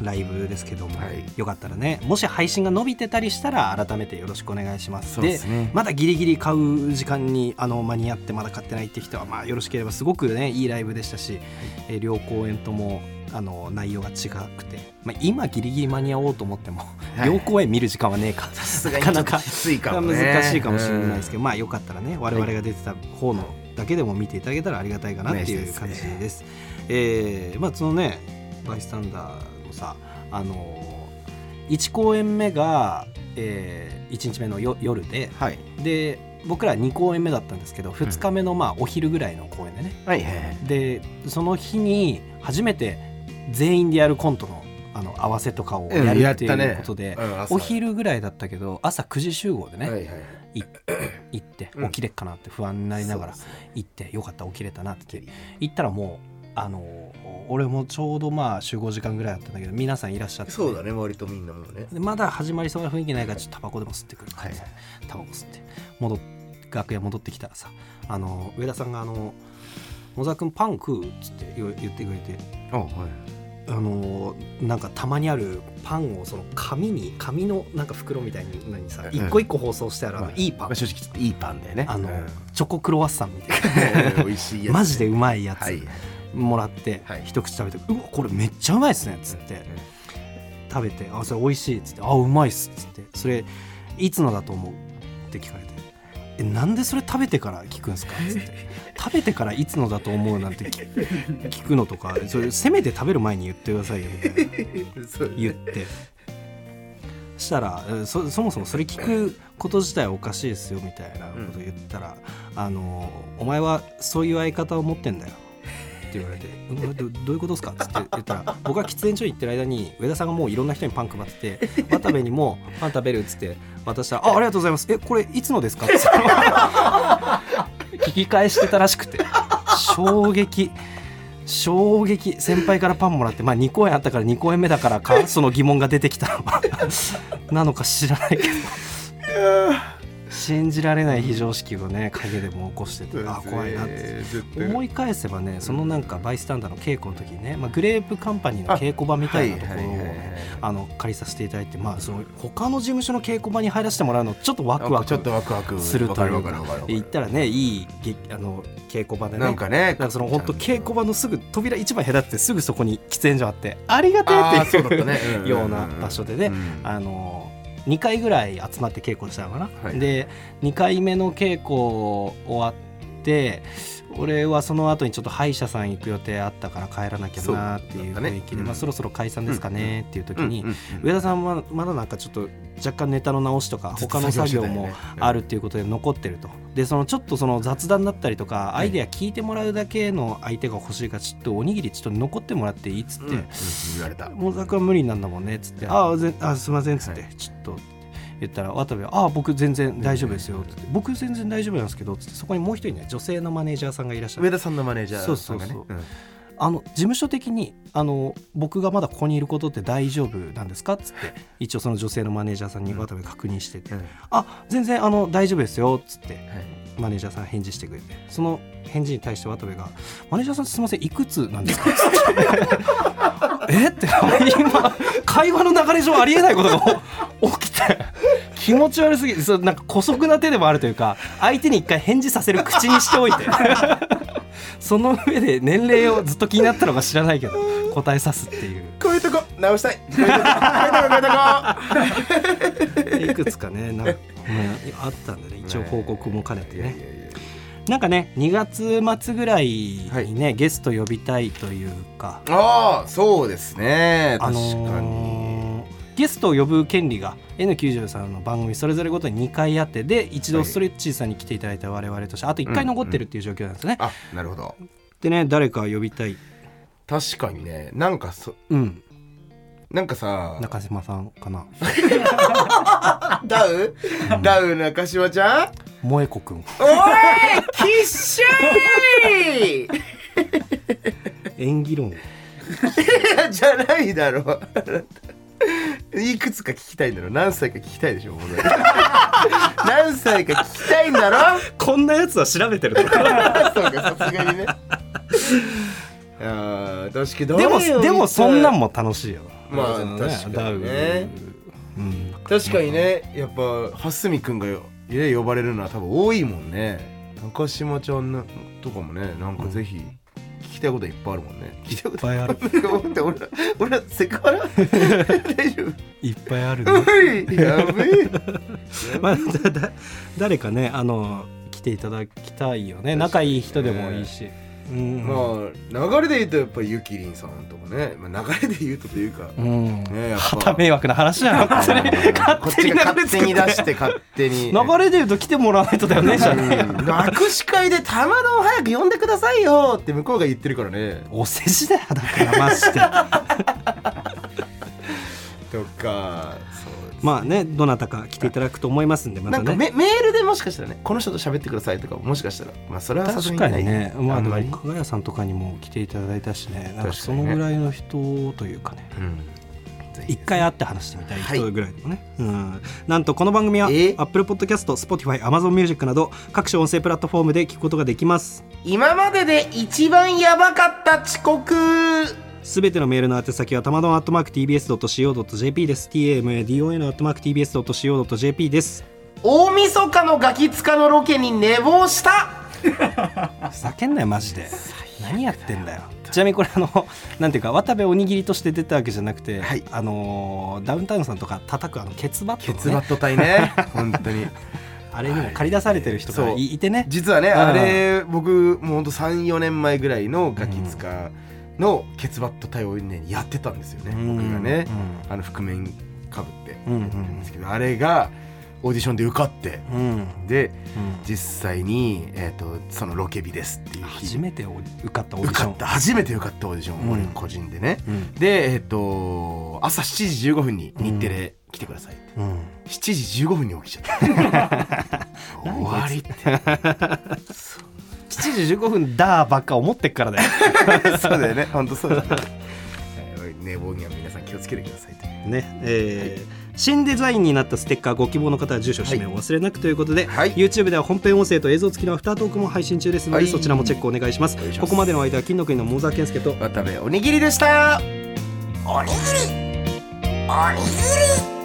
S4: うん。
S1: ライブですけども、
S4: はい
S1: よかったらねもし配信が伸びてたりしたら改めてよろしくお願いします
S4: そうですね
S1: まだギリギリ買う時間にあの間に合ってまだ買ってないって人は、まあ、よろしければすごくねいいライブでしたし、えー両公演ともあの内容が違くて、まあ、今ギリギリ間に合おうと思っても、
S2: はい
S1: 両公演見る時間はねえか
S2: す
S1: なかなか
S2: きついかもね
S1: 難しいかもしれないですけど、
S2: ど、
S1: まあよかったらね我々が出てた方のだけでも見ていただけたらありがたいかなっていう感じです。えーまあそのねバイスタンダーのさあの1公演目が、え1日目のよ夜で
S2: うんはい、
S1: で僕ら2公演目だったんですけど2日目のまあお昼ぐらいの公演でね、
S2: はいはいはい
S1: でその日に初めて全員でやるコントのあの合わせとかをやるっていうことで、
S2: うん朝
S1: お昼ぐらいだったけど朝9時集合でね、
S2: はいはい
S1: い行って
S2: うん
S1: 起きれっかなって不安になりながら
S2: そうですね
S1: 行ってよかった起きれたなって行ったらもうあの俺もちょうどまあ集合時間ぐらいだったんだけど皆さんいらっしゃって、
S2: そうだね割とみんなもね
S1: でまだ始まりそうな雰囲気ないからちょっとタバコでも吸ってくるから
S2: はい
S1: タバコ吸って戻っ楽屋戻ってきたらさあの上田さんがあの「野沢君パン食う」っつって言う言ってくれて
S2: あはい
S1: あのーなんかたまにあるパンをその紙に紙のなんか袋みたいに何さ
S2: うん
S1: 一個一個包装してあるあのいいパン
S2: まあ、正直ちょっといいパンだよね
S1: あの
S2: うん
S1: チョコクロワッサンみたい
S2: 美味しいや
S1: な
S2: つ
S1: マジでうまいや
S2: はい
S1: つもらって
S2: はい
S1: 一口食べて「うわこれめっちゃうまいっすね」っつって食べて「あそれ美味しい」っつって「あうまいっす」っつって「それいつのだと思う?」って聞かれて「えなんでそれ食べてから聞くんですか?」っつって 「食べてからいつのだと思う?」なんて聞聞くのとかそれせめて食べる前に言ってくださいよみたいな。
S2: そう
S1: 言ってしたらえー そそもそもそれ聞くこと自体おかしいですよみたいなこと言ったら「あのお前はそういう相方を持ってんだよ」って言われて「うんどどういうことですか?」って言ったら僕が喫煙所に行ってる間に上田さんがもういろんな人にパン配ってて渡部にも「パン食べる」っつって渡したら「あありがとうございますえこれいつのですか?」って聞き返してたらしくて衝撃。衝撃先輩からパンもらって、まあ、2公演あったから2公演目だからかその疑問が出てきたのはなのか知らないけど信じられない非常識をね陰でも起こしててあ怖いなって。思
S2: い
S1: い返せばねそのなんかバイスタンダーの稽古の時にね、まあ、グレープカンパニーの稽古場みたいなところをね、あの借りさせていただいて、まあ、その他の事務所の稽古場に入らせてもらうのちょっとワクワ
S2: ちょっと
S1: ク
S2: ワクワク
S1: すると
S2: わ
S1: い
S2: か
S1: う
S2: わか
S1: か
S2: わか
S1: 行ったらねいいげあの稽古場でね
S2: なんかね
S1: だからその本当稽古場のすぐ扉一番隔ててすぐそこに喫煙所あってありがてえ
S2: あー
S1: ってい
S2: そううだったねうんうんう ん
S1: ような場所でね、
S2: うん
S1: あの2回ぐらい集まって稽古したのかな、
S2: はい
S1: で2回目の稽古終わって俺はその後にちょっと歯医者さん行く予定あったから帰らなきゃなっていう雰囲気
S2: そうだった
S1: で、
S2: ね
S1: まあ、そろそろ解散ですかねっていう時に、
S2: うんうんうん
S1: 上田さんはまだなんかちょっと若干ネタの直しとか
S2: ずっ
S1: 他
S2: と
S1: の作業
S2: 作業
S1: も
S2: してたよねうん
S1: あるっていうことで残ってるとでそのちょっとその雑談だったりとかアイデア聞いてもらうだけの相手が欲しいからちょっとおにぎりちょっと残ってもらっていいっつって
S2: うん言われた
S1: 「もう作は無理なんだもんね」っつって「ああぜあすいません」っつって「ちょっと」言ったら渡部は「ああ僕全然大丈夫ですよ」っつって「僕全然大丈夫なんですけど」っつってそこにもう一人ね女性のマネージャーさんがいらっしゃ
S2: 上
S1: る
S2: 田さんのマネージャーさんがね
S1: そうそ
S2: ん
S1: あの事務所的にあの僕がまだここにいることって大丈夫なんですかっつっ て一応その女性のマネージャーさんに渡部確認してて
S2: うん
S1: あ全然あの大丈夫ですよっつって
S2: はい
S1: マネージャーさん返事してくれてその返事に対して渡部が「マネージャーさんすみませんいくつなんですか?」っつって「 えっ?」て今会話の流れ上ありえないことが起きて気持ち悪すぎてそうなんか姑息な手でもあるというか相手に一回返事させる口にしておいてその上で年齢をずっと気になったのか知ら ないけど答えさすっていう。
S2: こういうとこ直したい こういうとここういうとここういうとこ
S1: いくつかねなんか、まあ、あったんでね一応報告も兼ねて
S2: いやい
S1: ね
S2: やいや
S1: なんかね2月末ぐらいにね、ゲスト呼びたいというか
S2: ああそうですね
S1: あ
S2: 確かに、
S1: のーゲストを呼ぶ権利が N93 の番組それぞれごとに2回あってで一度
S2: はい
S1: ストレッチーさんに来ていただいた我々としてあと1回残ってるっていう状況なんですね、
S2: あなるほど
S1: でね誰か呼びたい
S2: 確かにねなんかそ
S1: うん
S2: なんかさ
S1: 中島さんかな
S2: ダウダウ中島ちゃん
S1: 萌子くん
S2: おいきっしょい
S1: 演技論
S2: じゃないだろ ういくつか聞きたいんだろう何歳か聞きたいでしょ俺 何歳か聞きたいんだろ
S1: こんなやつは調べてる
S2: そうかさすがにねあー確かに
S1: でも
S2: 誰よ
S1: でもそんなんも楽しいよ
S2: まあ
S1: その
S2: 確かにね
S1: ダウうん
S2: 確かにねやっぱ蓮見くんがよね呼ばれるのは多分多いもんね中島ちゃんのとかもねなんかぜひ聞ききたいことはいっぱいあるもんね聞きたいこと
S1: ぱいある
S2: 待って俺ら俺らセクハラ大丈夫
S1: いっぱいあるね
S2: うい やべ え
S1: まあ、だだ誰かねあの来ていただきたいよね仲いい人でもいいし、うん
S2: まあ流れで言うとやっぱりゆきりんさんとかね、まあ、流れで言うとというか
S1: うん
S2: ねやっぱ
S1: はた迷惑な話だよ本当に
S2: こっ
S1: 勝手
S2: ち
S1: に
S2: が勝手に出
S1: 流れ
S2: して勝手に
S1: 流れで言うと来てもらわないとだよねじゃねえよ
S2: うん 握手会でたまどを早く呼んでくださいよって向こうが言ってるからね
S1: お世辞だよだからマ ジで
S2: とかそう
S1: まあねどなたか来ていただくと思いますんでま
S2: な
S1: た
S2: んか
S1: ね
S2: メメールでもしかしたらねこの人と喋ってくださいとかもしかしたらまあそれはさす
S1: 確
S2: がに
S1: か
S2: な
S1: に
S2: い
S1: ねまあ
S2: あ
S1: で
S2: んま
S1: も
S2: り
S1: 加賀谷さんとかにも来ていただいたしねなんか
S2: 確か
S1: そ
S2: に
S1: の
S2: ね
S1: ぐらいの人というかね
S2: うんぜひ
S1: 一回会って話してみたい人ぐらいでもね、うんなんとこの番組は
S2: え
S1: Apple Podcast、Spotify、AmazonMusic など各種音声プラットフォームで聞くことができます
S2: 今までで一番やばかった遅刻
S1: すべてのメールの宛先はたまどん atmarktbs.co.jp です tamadon.atmarktbs.co.jp です
S2: 大晦日のガキ使のロケに寝坊した
S1: ふざけんなよマジで何やってんだよちなみにこれあのなんていうか渡部おにぎりとして出たわけじゃなくて、
S2: はい
S1: あのーダウンタウンさんとか叩くあのケツバット
S2: ケ
S1: の
S2: ツ
S1: ね、
S2: バット隊ね本当に
S1: あれにも借り出されてる人が
S2: そう
S1: いいてね、
S2: 実はね
S1: ああ
S2: あれ僕もうほんと34年前ぐらいのガキ使のケツバット隊をねやってたんですよね
S1: うん
S2: 僕がね
S1: う
S2: あの覆面かぶって
S1: うんうん
S2: やってるんですけどあれがオーディションで受かって
S1: うんうん
S2: で実際に、えー、とそのロケ日ですっていう日
S1: 初めてお受かったオーデ
S2: 受
S1: ィシ
S2: か
S1: ョン
S2: った初めて受かったオーディション、
S1: うん
S2: 俺個人でね
S1: うん
S2: でえっ、と朝7時15分に日テレ来てくださいって、
S1: うん
S2: 7時15分に起きちゃった 終わりって
S1: 7時15分だーばっか思ってっからだよ
S2: そうだよね本当そうだね はい寝坊には皆さん気をつけてくださいと
S1: ねえー新デザインになったステッカーご希望の方は住所氏名を忘れなくということで、
S2: はい
S1: YouTube では本編音声と映像付きのアフタートークも配信中ですので、
S2: はい
S1: そちらもチェックお願いします
S2: お願いしま
S1: こ
S2: す
S1: こまでの間は金の国の桃沢健介と
S2: 渡部おにぎりでした
S3: おにぎりおにぎり